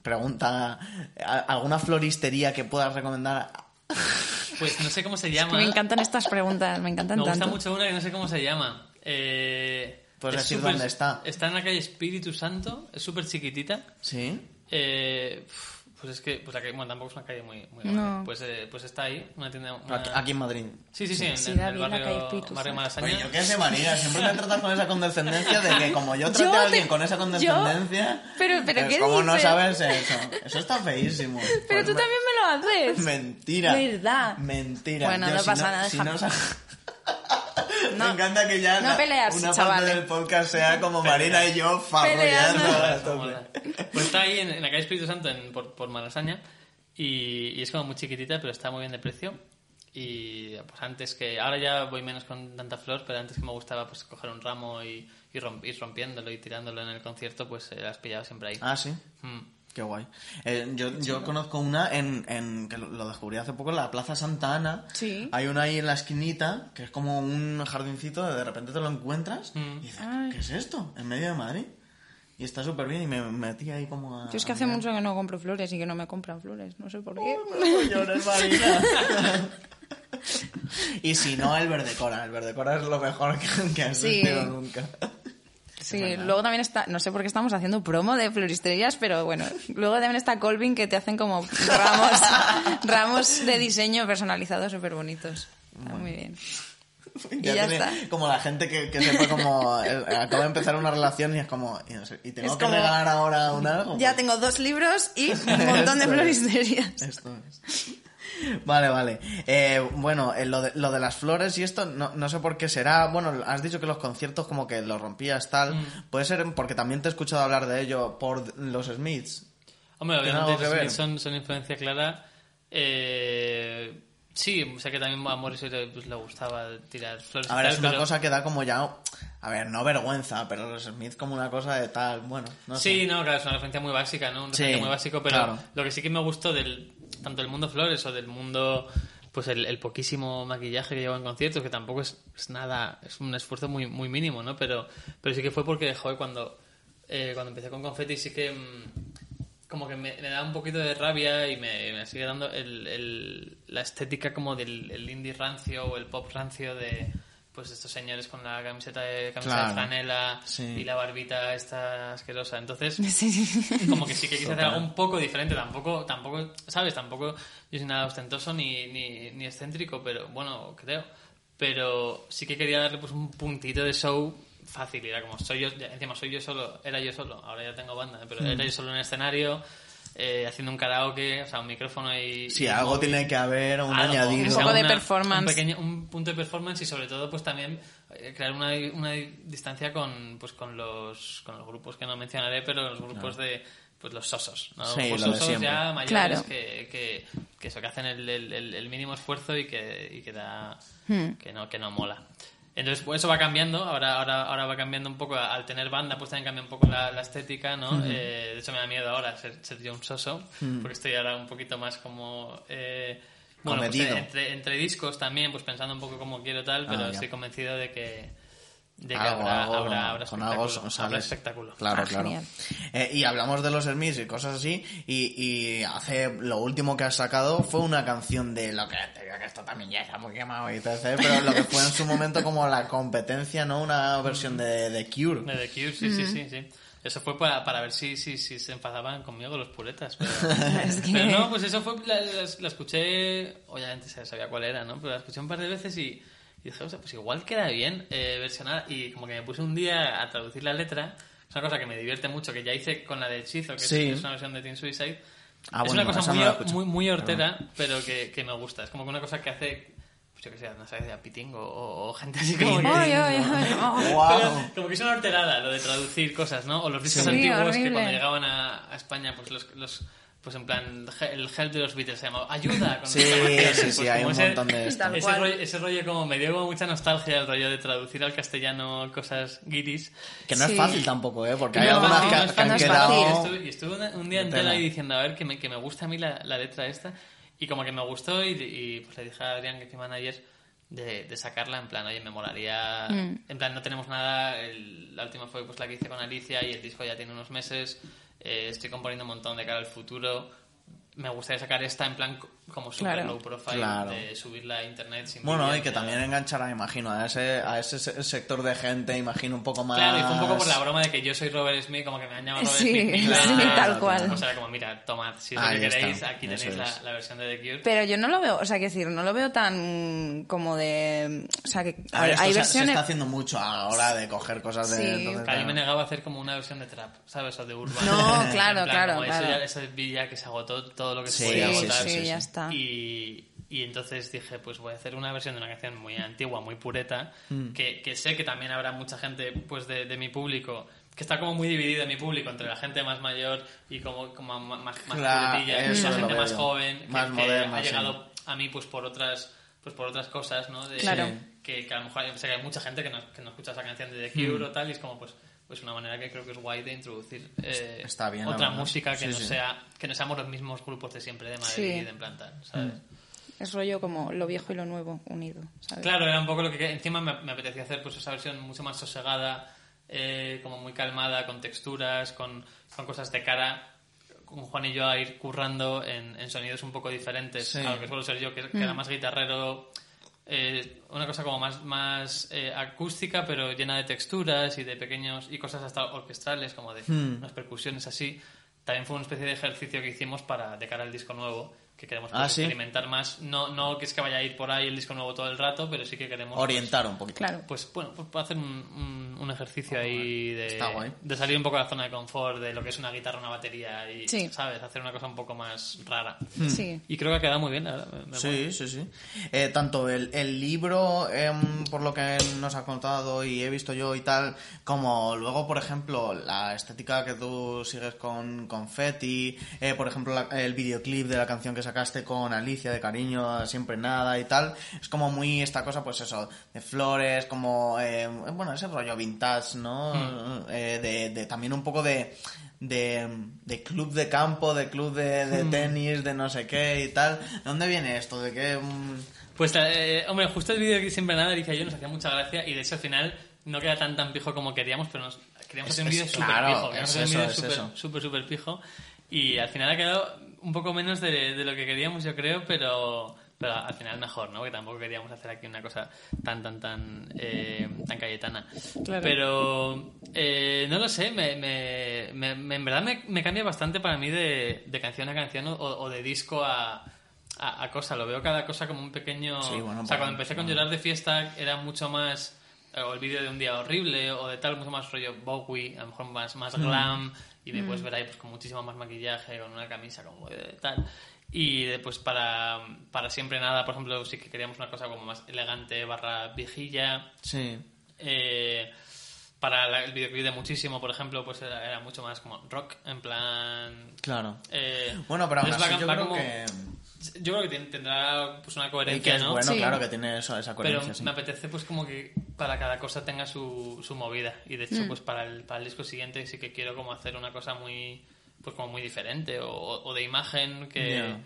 pregunta, ¿a- ¿alguna floristería que puedas recomendar? Pues no sé cómo se Es llama. que me encantan estas preguntas, me encantan Me gusta tanto. mucho una que no sé cómo se llama. Eh, Puedes es decir súper- dónde está. Está en la calle Espíritu Santo, es súper chiquitita. Sí. Eh, pues es que pues la calle, bueno, tampoco es una calle muy, muy grande. No. Pues, eh, pues está ahí, una tienda. una- Aquí, aquí en Madrid. Sí, sí, sí, en, Sí, en el David, la calle barrio, Espíritu barrio Santo. Malasaña. Oye, yo qué sé, María, siempre me tratas con esa condescendencia de que como yo traté Yo a te- alguien con esa condescendencia... yo- pero- pero eh, ¿qué ¿Cómo no dices? sabes eso? Eso está feísimo. Pero Pues tú me- también me lo haces. Mentira. ¿Verdad? Mentira. Bueno, Yo, no si pasa nada, si deja- no sa- No- Me encanta que ya no la- pelearse, una parte chavales. del podcast sea como Marina y yo farrullando. Pelearnos. a Como tope. la- Pues está ahí en, en la calle Espíritu Santo, en- por, por Malasaña, y, y es como muy chiquitita, pero está muy bien de precio. Y pues antes que, ahora ya voy menos con tanta flor, pero antes que me gustaba pues coger un ramo y, y romp- ir rompiéndolo y tirándolo en el concierto, pues eh, las pillaba siempre ahí. Ah, sí. Mm. Qué guay. Eh, yo yo conozco una en, en- que lo- lo descubrí hace poco en la Plaza Santa Ana. Sí. Hay una ahí en la esquinita que es como un jardincito, de repente te lo encuentras y dices, Mm. Ay. ¿qué es esto? En medio de Madrid. Y está súper bien y me metí ahí como a... Yo es que a hace mirar. mucho que no compro flores y que no me compran flores, no sé por qué. Llores, Marina. y si no, el verdecora. El verdecora es lo mejor que, que has Sí. sentido nunca. Sí, luego también está, no sé por qué estamos haciendo promo de floristerías, pero bueno, luego también está Colvin que te hacen como ramos, ramos de diseño personalizados súper bonitos. Muy bien. Y ya está. Como la gente que, que sepa como... eh, acaba de empezar una relación y es como... Y, no sé, y tengo Es que como- regalar ahora un algo. Ya pues, tengo dos libros y un montón Esto es. de floristerías. Esto es. Vale, vale. Eh, bueno, eh, lo, de, lo de las flores y esto, no, no sé por qué será. Bueno, has dicho que los conciertos como que los rompías tal. Mm. Puede ser porque también te he escuchado hablar de ello por los Smiths. Hombre, ¿Tiene obviamente algo que los ver? Smiths son, son influencia clara. Eh, sí, o sea que también a Morrissey le, pues, le gustaba tirar flores. y A ver, tal, es una pero- cosa que da como ya. A ver, no vergüenza, pero los Smiths como una cosa de tal. Bueno, no sé. Sí, no, claro, es una referencia muy básica, ¿no? Un Sí, referente muy básico, pero claro. lo que sí que me gustó del tanto del mundo flores o del mundo pues el, el poquísimo maquillaje que llevo en conciertos, que tampoco es, es nada, es un esfuerzo muy muy mínimo, ¿no? Pero pero sí que fue porque joder, cuando eh, cuando empecé con confeti sí que mm, como que me, me da un poquito de rabia y me, me sigue dando el- el- la estética como del el indie rancio o el pop rancio de pues estos señores con la camiseta de camiseta Claro. de franela Sí. y la barbita esta asquerosa. Entonces, Sí. como que sí que quise hacer Total. algo un poco diferente, tampoco, tampoco, ¿sabes? Tampoco yo soy nada ostentoso ni, ni, ni excéntrico, pero bueno, creo. Pero sí que quería darle pues un puntito de show fácil, era como soy yo, ya, encima soy yo solo, era yo solo, ahora ya tengo banda, ¿eh? pero era yo solo en el escenario, eh, haciendo un karaoke, o sea, un micrófono y... Sí, y un algo móvil. tiene que haber, un Algo, añadido. que sea Un poco de una- performance. Un, pequeño, un punto de performance y sobre todo pues también eh, crear una, una distancia con, pues, con, los, con los grupos que no mencionaré, pero los grupos de pues, los sosos. ¿no? Sí, Grupos lo de sosos siempre. ya mayores Claro. que, que, que eso, que hacen el, el- el- el mínimo esfuerzo y que, y que da Hmm. que no, que no mola. Entonces, pues eso va cambiando, ahora, ahora, ahora va cambiando un poco, al tener banda, pues también cambia un poco la, la estética, ¿no? Hmm. Eh, de hecho, me da miedo ahora ser, ser yo un soso, porque estoy ahora un poquito más como... eh, bueno, pues, Comedido. Ah, entre, entre discos también, pues pensando un poco como quiero tal, pero ya. estoy convencido de que, de que Algo, habrá, algo, habrá, con- habrá con espectáculo. algo sales. habrá espectáculo. Claro, Ah, claro. genial. Eh, y hablamos de los Hermis y cosas así. Y, y hace lo último que has sacado fue una canción de lo que te digo que esto también ya está muy quemado y tal, ¿sabes? Pero lo que fue en su momento como la competencia, ¿no? Una versión de, de Cure. De The Cure, sí, sí, sí, sí. Eso fue para, para ver si, si, si se enfadaban conmigo los puretas. Pero, Es que- pero no, pues eso fue, la, la- la escuché, obviamente se- sabía cuál era, ¿no? Pero la escuché un par de veces y, y dije, "Hostia, pues igual queda bien eh, versionada. Y como que me puse un día a traducir la letra, es una cosa que me divierte mucho, que ya hice con la de Hechizo, que es- Sí. es, una versión de Teen Suicide. Ah, es bueno, una esa cosa no muy, la escuché. muy, muy hortera, pero que, que me gusta. Es como que una cosa que hace, pues yo que sé, no sé, a Pitingo o, o gente así como que... Ay, ay, ay, ay. ¡Guau! Pero como que es una horterada lo de traducir cosas, ¿no? O los discos Sí, antiguos horrible. que cuando llegaban a, a España, pues los, los- pues en plan he- el help de los Beatles se llamaba ayuda. Con Sí, estas canciones, sí, sí, pues hay como un ese- montón de esto. Tal Ese cual. rollo, ese rollo como me dio como mucha nostalgia el rollo de traducir al castellano cosas guiris. Que no Sí. es fácil tampoco, ¿eh? Porque hay No, algunas no, que, no es que han fácil. quedado... No. Estuve- y estuve una- un día Tela. entero ahí diciendo, a ver, que me, que me gusta a mí la, la letra esta. Y como que me gustó y, y, pues le dije a Adrián, que es mi manager, de, de sacarla en plan, oye, me molaría... En plan, no tenemos nada. el- la última fue pues la que hice con Alicia y el disco ya tiene unos meses. eh, estoy componiendo un montón de cara al futuro. Me gustaría sacar esta en plan co- como super Claro. low profile Claro. de subirla a internet sin Bueno, vídeo, y que ni nada. también enganchará, imagino, a ese, a ese se- sector de gente, imagino, un poco más... Claro, y fue un poco por la broma de que yo soy Robert Smith, como que me han llamado Robert Sí, Smith. mil sí, veces. tal cual. O sea, era como, mira, tomad, si es lo Ahí que queréis, está, aquí eso tenéis la, es. la versión de The Cure. Pero yo no lo veo, o sea, que decir, no lo veo tan como de... O sea, que A ver, esto se- hay se, versiones... está haciendo mucho ahora de coger cosas de... Sí. entonces, Que a mí me claro. negaba a hacer como una versión de trap, ¿sabes? O de Urban. No, En claro, plan, claro, como claro. Eso ya, eso vi ya que se agotó todo lo que se Sí, podía sí, agotar. sí, ya está. Y, y entonces dije, pues voy a hacer una versión de una canción muy antigua, muy pureta, Mm. que, que sé que también habrá mucha gente pues de, de mi público, que está como muy dividido en mi público, entre la gente más mayor y como, como ma- más, más Claro, puretilla, y eso la lo gente veo más yo. joven, que- Más que, moderna, ha sí. llegado a mí pues por otras pues por otras cosas, ¿no? De- Claro. que, que a lo mejor hay, sé que hay mucha gente que no, que no escucha esa canción de The Mm. Cure o tal, y es como pues pues una manera que creo que es guay de introducir eh, Está bien, la otra verdad. música que Sí, no sí. sea que no seamos los mismos grupos de siempre de Madrid Sí. y de en plan tal, ¿sabes? Es rollo como lo viejo y lo nuevo unido, ¿sabes? Claro, era un poco lo que encima me, me apetecía hacer pues esa versión mucho más sosegada, eh, como muy calmada, con texturas, con, con cosas de cara, con Juan y yo a ir currando en, en sonidos un poco diferentes Sí. Mm. a lo que suelo ser yo, que, que era más guitarrero, eh, una cosa como más, más eh, acústica, pero llena de texturas y de pequeños y cosas hasta orquestrales, como de Hmm. unas percusiones así. También fue una especie de ejercicio que hicimos para de cara al disco nuevo que queremos Ah, pues, ¿sí? experimentar más. No, no que es que vaya a ir por ahí el disco nuevo todo el rato, pero sí que queremos. Orientar un poquito. Claro. Pues bueno, pues para hacer un, un- un ejercicio ahí de, Está guay. de salir un poco de la zona de confort, de lo que es una guitarra, una batería y, Sí. ¿sabes? Hacer una cosa un poco más rara. Sí. Y creo que ha quedado muy bien, la verdad. me- me mola. Sí, sí, sí. Eh, tanto el, el libro, em, por lo que nos ha contado y he visto yo y tal, como luego, por ejemplo, la estética que tú sigues con Confetti, eh, por ejemplo, la- el videoclip de la canción que sacaste con Alicia de Cariño, Siempre Nada y tal, es como muy esta cosa, pues eso, de flores, como, em, bueno, ese rollo vintage, ¿no? Eh, de, de también un poco de... De, de club de campo, de club de, de tenis, de no sé qué y tal. ¿De dónde viene esto? ¿De qué? mm? eh, Pues, eh, hombre, justo el vídeo que siempre nada, Alicia y yo nos hacía mucha gracia y de hecho al final no queda tan tan pijo como queríamos, pero nos, queríamos hacer un Es- vídeo es- súper claro, pijo. es Queríamos hacer un eso, vídeo es súper, eso. súper, súper pijo. Y al final ha quedado un poco menos de, de lo que queríamos, yo creo, pero, pero al final mejor, ¿no? Que tampoco queríamos hacer aquí una cosa tan, tan, tan, eh, tan cayetana. Claro. Pero eh, no lo sé, me, me- me- me- en verdad me, me cambia bastante para mí de, de canción a canción o, o de disco a, a- a cosa. Lo veo cada cosa como un pequeño. Sí, bueno, o sea, para- cuando empecé con no. llorar de fiesta era mucho más eh, o el vídeo de un día horrible o de tal mucho más rollo Bowie a lo mejor más Mm. más glam y me puedes ver ahí pues con muchísimo más maquillaje con una camisa como de tal y después para para siempre nada por ejemplo sí que queríamos una cosa como más elegante barra viejilla Sí. eh, para la- el videoclip de muchísimo por ejemplo pues era, era mucho más como rock en plan Claro. eh, Bueno, pero aún entonces así va- yo va creo como- que... yo creo que tiene- tendrá pues una y coherencia que es no bueno, Sí. claro, que tiene eso, esa pero coherencia. sí. me apetece pues como que para cada cosa tenga su, su movida. Y de Mm. hecho, pues para el, para el disco siguiente sí que quiero como hacer una cosa muy pues como muy diferente o, o de imagen que Ya.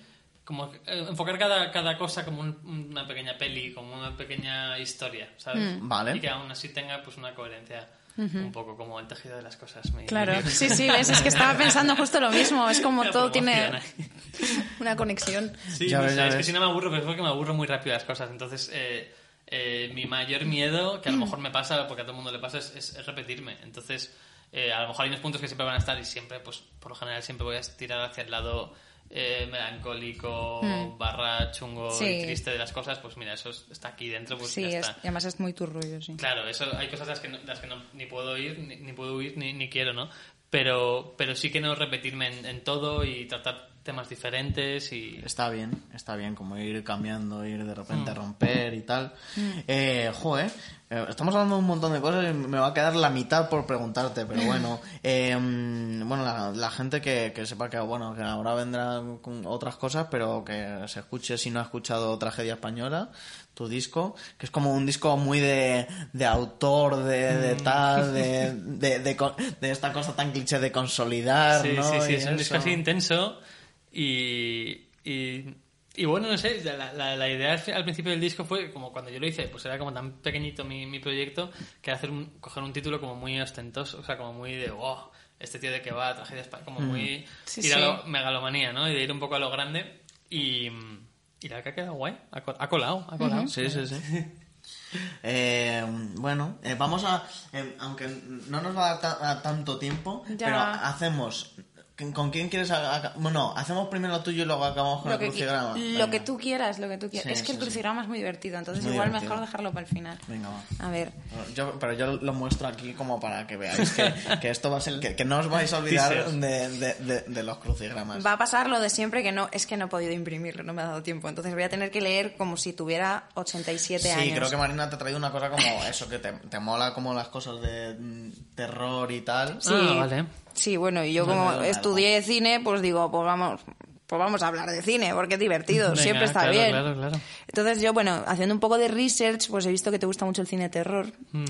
como que, eh, enfocar cada, cada cosa como un- una pequeña peli, como una pequeña historia, ¿sabes? Mm. Vale. Y que aún así tenga pues una coherencia un poco como el tejido de las cosas. me- Claro, sí, sí, ves, es que estaba pensando justo lo mismo, es como Me todo tiene promociona. ¿eh? una conexión. Sí, Ya no ves, sé, ya es que ves. si no me aburro, pero es porque me aburro muy rápido las cosas. Entonces, eh, eh, mi mayor miedo, Mm. que a lo mejor me pasa, porque a todo el mundo le pasa, es, es- es repetirme. Entonces, eh, a lo mejor hay unos puntos que siempre van a estar y siempre, pues, por lo general, siempre voy a tirar hacia el lado eh, melancólico, Mm. barra chungo Sí. y triste de las cosas. Pues mira, eso es- está aquí dentro, pues Sí, ya es- está. y además es muy tu rollo, sí. Claro, eso hay cosas de las que, no- de las que no- ni puedo ir, ni, ni puedo huir, ni, ni quiero, ¿no? Pero, pero sí que no repetirme en, en todo y tratar temas diferentes y Está bien, está bien, como ir cambiando, ir de repente a Mm. romper y tal. Eh, joe, eh, estamos hablando de un montón de cosas y me va a quedar la mitad por preguntarte, pero bueno. Eh, mm, bueno, la, la gente que, que sepa que, bueno, que ahora vendrán con otras cosas, pero que se escuche si no ha escuchado Tragedia Española, tu disco, que es como un disco muy de, de autor, de, de Mm. tal, de, de, de co- de esta cosa tan cliché de consolidar, Sí, ¿no? sí, sí, Y es un disco eso. así intenso y, y, y bueno, no sé, la, la- la idea al fi- al principio del disco fue, como cuando yo lo hice, pues era como tan pequeñito mi, mi proyecto, que era hacer un- coger un título como muy ostentoso, o sea, como muy de, wow, este tío de que va, tragedia España", como muy Mm. Sí, ir a sí. lo- megalomanía, ¿no? Y de ir un poco a lo grande y... Y la verdad que ha quedado guay, ha col- ha colado, ha colado. Sí, sí, sí. Eh, bueno, eh, vamos a. eh, aunque no nos va a, dar ta- a tanto tiempo, Ya. pero hacemos. ¿Con quién quieres.? ac- ac- Bueno, hacemos primero lo tuyo y luego acabamos con Lo el que, qui- crucigrama. lo Venga. que tú quieras, lo que tú quieras. Sí, es que sí, el sí. crucigrama es muy divertido, entonces muy igual divertido. mejor dejarlo para el final. Venga, va. A ver, Yo, pero yo lo muestro aquí como para que veáis que, que esto va a ser. Que, que no os vais a olvidar Teasers. de, de- de- de los crucigramas. va a pasar lo de siempre que no, es que no he podido imprimirlo, no me ha dado tiempo, entonces voy a tener que leer como si tuviera 87 Sí, años. creo que Marina te ha traído una cosa como eso, que te, te mola como las cosas de mm, terror y tal. Sí, Ah, vale. sí, bueno, y yo No, como no, no, estudié cine, pues digo, pues vamos, pues vamos a hablar de cine, porque es divertido, Venga, siempre está claro, bien. claro, claro. Entonces yo, bueno, haciendo un poco de research, pues he visto que te gusta mucho el cine de terror. Mm.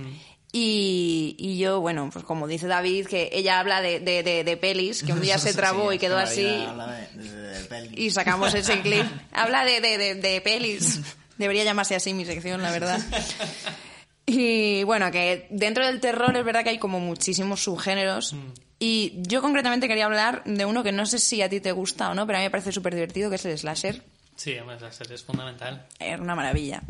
Y, y yo, bueno, pues como dice David, que ella habla de, de, de- de pelis, que un día se trabó Sí, y quedó es que así, Marina habla de- de- de peli. y sacamos ese clip. Habla de, de, de- de pelis. Debería llamarse así mi sección, la verdad. Y bueno, que dentro del terror es verdad que hay como muchísimos subgéneros. Y yo concretamente quería hablar de uno que no sé si a ti te gusta o no, pero a mí me parece súper divertido, que es el slasher. Sí, además la serie es fundamental. Era una maravilla.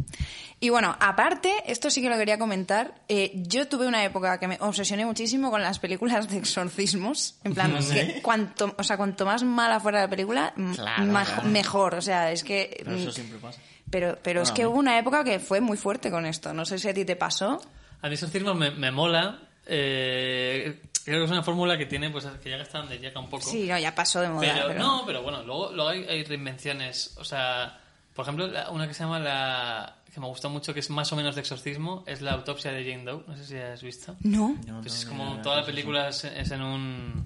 Y bueno, aparte, esto sí que lo quería comentar, eh, yo tuve una época que me obsesioné muchísimo con las películas de exorcismos. En plan, que cuanto, o sea, cuanto más mala fuera la película, m- Claro, maj- claro. mejor. O sea, es que... Pero eso mm, siempre pasa. Pero, pero es Bueno, que a mí- hubo una época que fue muy fuerte con esto. No sé si a ti te pasó. A mí exorcismo me, me mola. eh, creo que es una fórmula que tiene, pues que llega hasta donde llega un poco. Sí, no, ya pasó de moda. pero, pero- no, pero bueno, luego, luego hay, hay reinvenciones. O sea, por ejemplo, la- una que se llama la. que me gustó mucho, que es más o menos de exorcismo, es la autopsia de Jane Doe. No sé si has visto. ¿No? No, Pues no, es no, como no, toda la no, película es, es en un.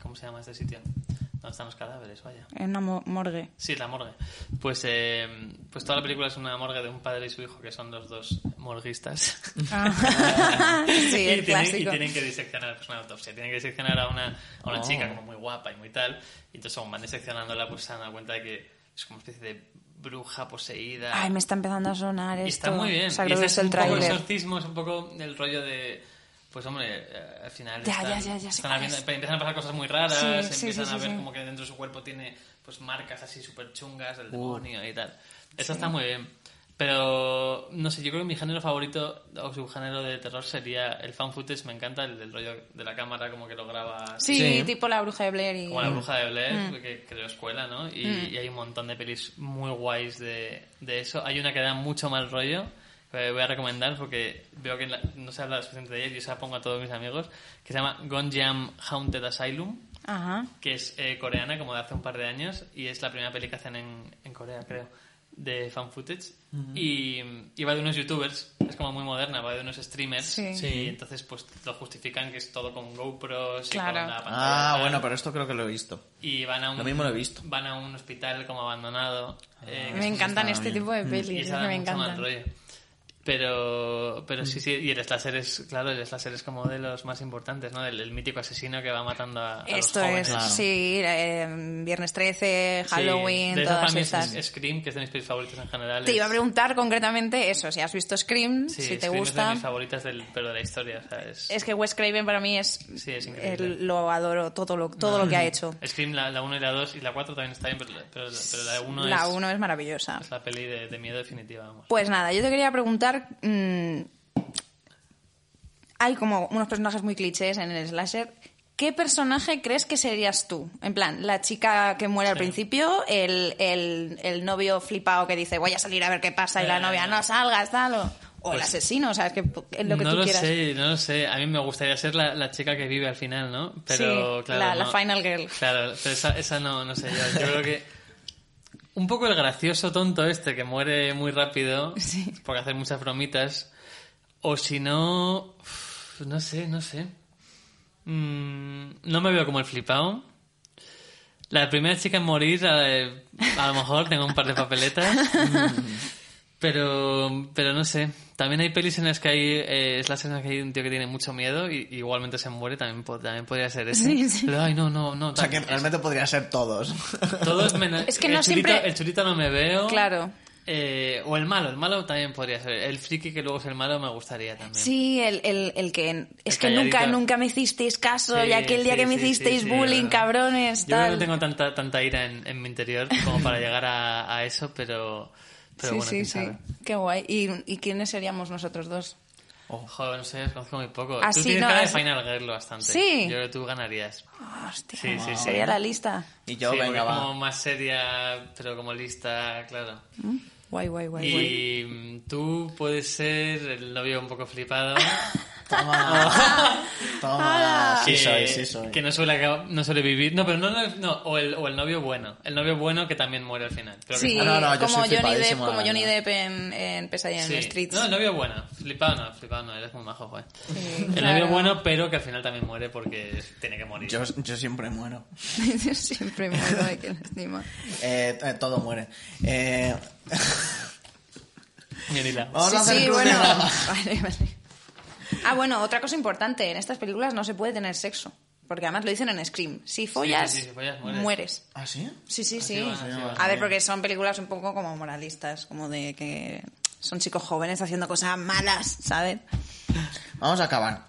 ¿Cómo se llama este sitio? Donde están los cadáveres, vaya. En una mo- morgue. Sí, la morgue. Pues, eh, pues toda la película es una morgue de un padre y su hijo, que son los dos morguistas. sí, Ah. y, el tienen, y clásico. Oh. tienen que diseccionar pues, una autopsia, tienen que diseccionar a una, a una chica como muy guapa y muy tal. Y entonces, según van diseccionándola, pues se dan cuenta de que es como una especie de bruja poseída. Ay, me está empezando a sonar Y esto. está muy bien. Se ha y ese es visto el un poco el tráiler. exorcismo, es un poco el rollo de. Pues hombre, eh, al final. Ya, están- ya, ya, ya sé están cuál habiendo- es. pe- empiezan a pasar cosas muy raras, Sí, empiezan sí, sí, a sí, ver sí. como que dentro de su cuerpo tiene pues marcas así súper chungas del demonio y tal. Eso está muy bien. Pero no sé, yo creo que mi género favorito o subgénero de terror sería el fan footage. Me encanta el del rollo de la cámara, como que lo graba. Sí, Sí. tipo la bruja de Blair y... Como la bruja de Blair, Mm. que creo escuela, ¿no? Y, y hay un montón de pelis muy guays de, de eso. Hay una que da mucho mal rollo, que voy a recomendar porque veo que la- no se habla suficiente de ella y yo se la pongo a todos mis amigos, que se llama Gonjam Haunted Asylum, Ajá. que es eh, coreana, como de hace un par de años, y es la primera peli que hacen en, en Corea, creo, de fan footage. y, y va de unos youtubers, es como muy moderna, va de unos streamers, Sí. Sí. y entonces pues lo justifican que es todo con GoPros y Claro. con la pantalla. Ah, tal. bueno, pero esto creo que lo he visto. Y van a un, Lo mismo lo he visto. Ah. Van a un hospital como abandonado. eh, Me que es- encantan está este bien. tipo de Mm. y pelis, es esa que da me mucho mal encantan. rollo. Pero, pero Mm. sí, sí, y el slasher es, claro, el slasher es como de los más importantes, ¿no? El, el mítico asesino que va matando a, a Esto los jóvenes. es, Claro. sí, eh, Viernes 13, Sí, Halloween, de esas todas para mí es- estas. es Scream, que es de mis pelis favoritas en general. Te iba a es- preguntar concretamente eso, si has visto Scream, si sí, te Scream Es de gusta. mis favoritas, del, pero de la historia, o sea, es- Es que Wes Craven para mí es... Sí, es increíble. Mm. el- lo adoro, todo lo, todo lo que ha hecho. Scream, la, la 1 y la 2, y la 4 también está bien, pero, la- pero la- pero la 1 La es, 1 es maravillosa. es la peli de, de miedo definitiva, vamos. Pues nada, yo te quería preguntar. mm, hay como unos personajes muy clichés en el slasher. ¿Qué personaje crees que serías tú? En plan, la chica que muere al Sí. principio, el, el- el novio flipado que dice voy a salir a ver qué pasa y la Eh, novia no salgas, tal. O, o el pues- asesino, ¿sabes? Que, es lo que no tú lo quieras. sé, no lo sé. A mí me gustaría ser la, la chica que vive al final, ¿no? Pero Sí, claro, la- la no. final girl. Claro, pero esa, esa no, no sé yo. Yo creo que un poco el gracioso tonto este que muere muy rápido Sí. por hacer muchas bromitas. O si no, uf, no sé, no sé. Mm, no me veo como el flipado. La primera chica en morir, eh, a, lo mejor tengo un par de papeletas. Mm, pero, pero no sé. También hay pelis en las que hay eh, slashers en las que hay un tío que tiene mucho miedo y igualmente se muere. También, po- también podría ser ese. Sí, sí. Pero, ay, no, no, no. eh, O sea, que tal. realmente podría ser todos. Todos menos- Es que el no chulito- siempre- El chulito no me veo. Claro. Eh, o el malo, el malo también podría ser. El friki que luego es el malo me gustaría también. Sí, el, el- el que... Es que nunca, calladito. nunca me hicisteis caso Sí, y aquel día sí, que me sí, hicisteis sí, sí, bullying, ¿verdad? cabrones, Yo creo que tal. no tengo tanta, tanta ira en, en mi interior como para llegar a, a eso, pero, pero bueno, quién sabe. Qué guay. ¿Y, y quiénes seríamos nosotros dos? Ojo, no sé, os conozco muy poco. Así tú tienes Ah, no, cara así- de Final Girl bastante. Sí. Yo creo que tú ganarías. Ah, Hostia, Sí, sí, sí. sería la lista. Y yo, Sí, porque venga, como va. más seria, pero como lista, claro. Mm. Guay, guay, guay. guay. Y mm, tú puedes ser el novio un poco flipado. Toma. Toma. Sí que- soy, sí soy. Que no suele, acab- no suele vivir. No, pero no, no, no, o, el, o el novio bueno. El novio bueno que también muere al final. Creo que Sí, Ah, no, no, yo como, soy Johnny Depp, flipadísimo, como la Johnny verdad. Depp en, en Pesadilla en Sí. el Streets. No, el novio bueno. Flipado no, flipado no, eres muy majo, joder. Sí, el claro. novio bueno, pero que al final también muere porque tiene que morir. Yo, yo siempre muero. Siempre muero de que lástima. Eh, eh, todo muere. Eh, Mierda. vamos Sí, a hacer sí, club de bueno. drama. Vale, vale. Ah, bueno, otra cosa importante. En estas películas no se puede tener sexo. Porque además lo dicen en Scream. Si follas, sí, si follas, mueres. ¿Ah, sí? Sí, sí, Así sí. va, así va. a ver, porque son películas un poco como moralistas, como de que son chicos jóvenes haciendo cosas malas, ¿sabes? Vamos a acabar.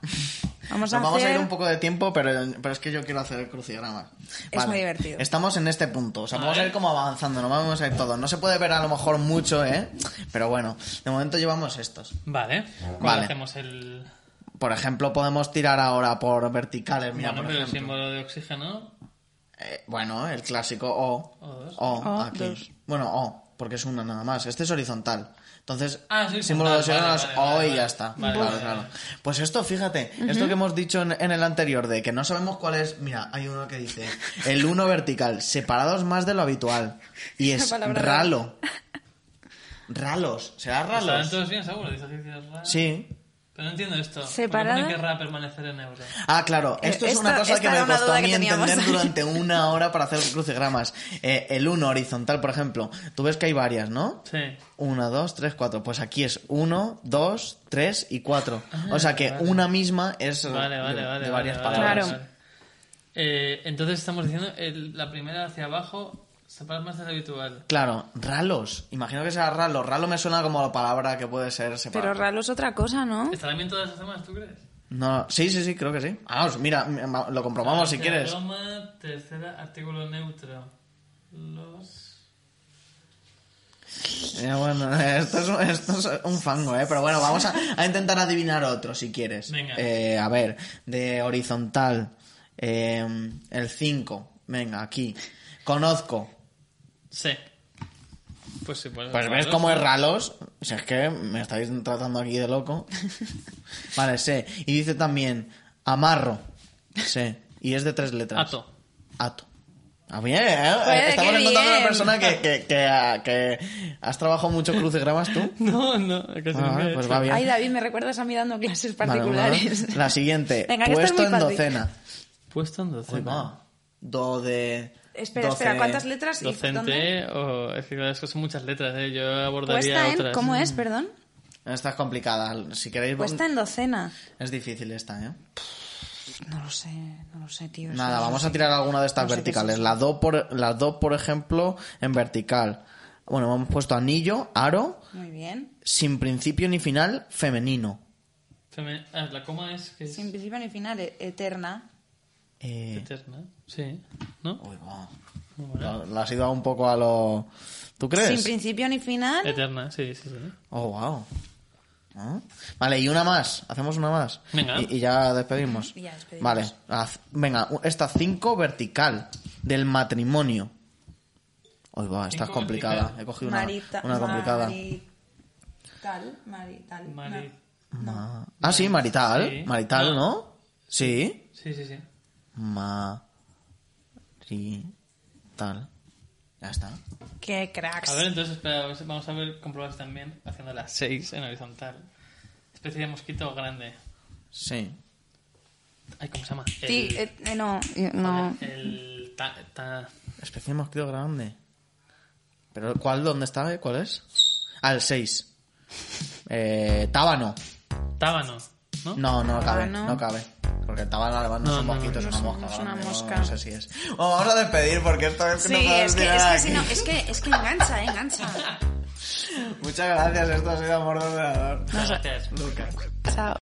Vamos a Nos vamos a ir hacer- un poco de tiempo, pero, pero es que yo quiero hacer el crucigrama. Es muy divertido. Estamos en este punto. O sea, A vamos a ver. ir como avanzando, no vamos a ir todos. No se puede ver a lo mejor mucho, ¿eh? Pero bueno, de momento llevamos estos. Vale. Vale. vale. hacemos el. Por ejemplo, podemos tirar ahora por verticales, mira, bueno, por pero el ejemplo. símbolo de oxígeno. Eh, bueno, el clásico O. O dos. O, O, aquí. dos. Bueno, O, porque es uno nada más. Este es horizontal. Entonces, Ah, sí, símbolo de los horizontal, vale, vale, O vale, y ya vale. está. Vale, claro, vale, claro. vale. Pues esto, fíjate, esto que hemos dicho en, en el anterior de que no sabemos cuál es. Mira, hay uno que dice el uno vertical, separados más de lo habitual. Y es palabra ralo. Ralos. ¿Será ¿Estarán ralos? todos bien, seguro? Dice que es raro. Sí. Pero no entiendo esto. Separada. ¿Por qué pone que querrá permanecer en euro? Ah, claro. Eh, Esto es esta- una cosa esta que era me una costó duda a mí que teníamos. entender durante una hora para hacer crucigramas. Eh, el 1 horizontal, por ejemplo. Tú ves que hay varias, ¿no? Sí. 1, 2, 3, 4. Pues aquí es 1, 2, 3 y 4. O sea que vale. una misma es eh, Vale, de, vale, de vale. varias vale, palabras. Claro. vale. Eh, entonces estamos diciendo el- la primera hacia abajo Zapar más de lo habitual. Claro, ralos. Imagino que sea ralo. Ralo me suena como la palabra que puede ser separado. Pero ralo es otra cosa, ¿no? ¿Estarán bien todas las semanas, tú crees? No, sí, sí, sí, creo que sí. Vamos, mira, lo comprobamos si Tercera quieres. broma, tercera, artículo neutro. Los... Eh, bueno, esto es, un- esto es un fango, ¿eh? Pero bueno, vamos a, a intentar adivinar otro, si quieres. Venga. Eh, a ver, de horizontal, eh, el 5, venga, aquí. Conozco. Sí. Pues sí, pues... Pues ves cómo es ralos. Si es que me estáis tratando aquí de loco. Vale, sé. Y dice también, amarro. Sé. Y es de tres letras. Ato. Ato. Ah, bien, ¿eh? Joder, Estamos Pues qué encontrando una bien. persona que, que, que, ah, que has trabajado mucho crucigramas tú. No, no, casi Ah, nunca he pues hecho. va bien. Ay, David, me recuerdas a mí dando clases Vale, particulares. bueno, La siguiente. Venga, que esto es Puesto muy en fácil. docena. Puesto en Uy, docena. va. Do de... Espera, espera, doce- ¿cuántas letras? y dónde? Docente o... Es que claro, es que son muchas letras, ¿eh? Yo abordaría Puesta en... otras. ¿Cómo es, perdón? Esta es complicada. Si queréis... Puesta en docena. Es difícil esta, ¿eh? No lo sé, no lo sé, tío. Nada, Eso- vamos a tirar alguna de estas No sé qué verticales. es Las dos, por, las dos, por ejemplo, en vertical. Bueno, hemos puesto anillo, aro, Muy bien. sin principio ni final, femenino. Feme- ah, La coma es que es Sin principio ni final, e- eterna. Eh, eterna. Sí. ¿No? uy, va. Muy buena. Lo, lo has ido un poco a lo... ¿Tú crees? Sin principio ni final. Eterna, sí, sí, sí. Oh, wow. Ah. Vale, y una más. Hacemos una más. Venga. Y, y ya despedimos. Y ya despedimos. Vale. haz- Venga, u- esta cinco vertical del matrimonio. Hoy va, esta es Cinco complicada. vertical. He cogido una, Marita- una complicada. Marital, marital. Mari- no, no. Ma- Ah, sí, marital. Sí. Ah. Marital, No. ¿no? Sí. Sí, sí, sí. Marital. Ya está. Qué cracks. A ver, entonces, espera, vamos a ver, comprobar también, haciendo las 6 en horizontal. Especie de mosquito grande. Sí. Ay, ¿cómo se llama? Ti- El- eh, eh, no, eh, no. El ta, ta- Especie de mosquito grande. ¿Pero cuál? ¿Dónde está? eh? ¿Cuál es? Ah, el 6. Eh, tábano. tábano, ¿no? No, no cabe, Tábano. no cabe. Porque el tábano además no, No, es un no, mosquito, no es una es- mosca. no es una grande, no- mosca. No, sé si es. Bueno, vamos a despedir porque esta vez Sí, no podemos es que, es tirar que si no, aquí. es que, es que engancha, eh, engancha. Muchas gracias, esto ha sido Amor de Ordenador. Gracias. Lucas. Chao.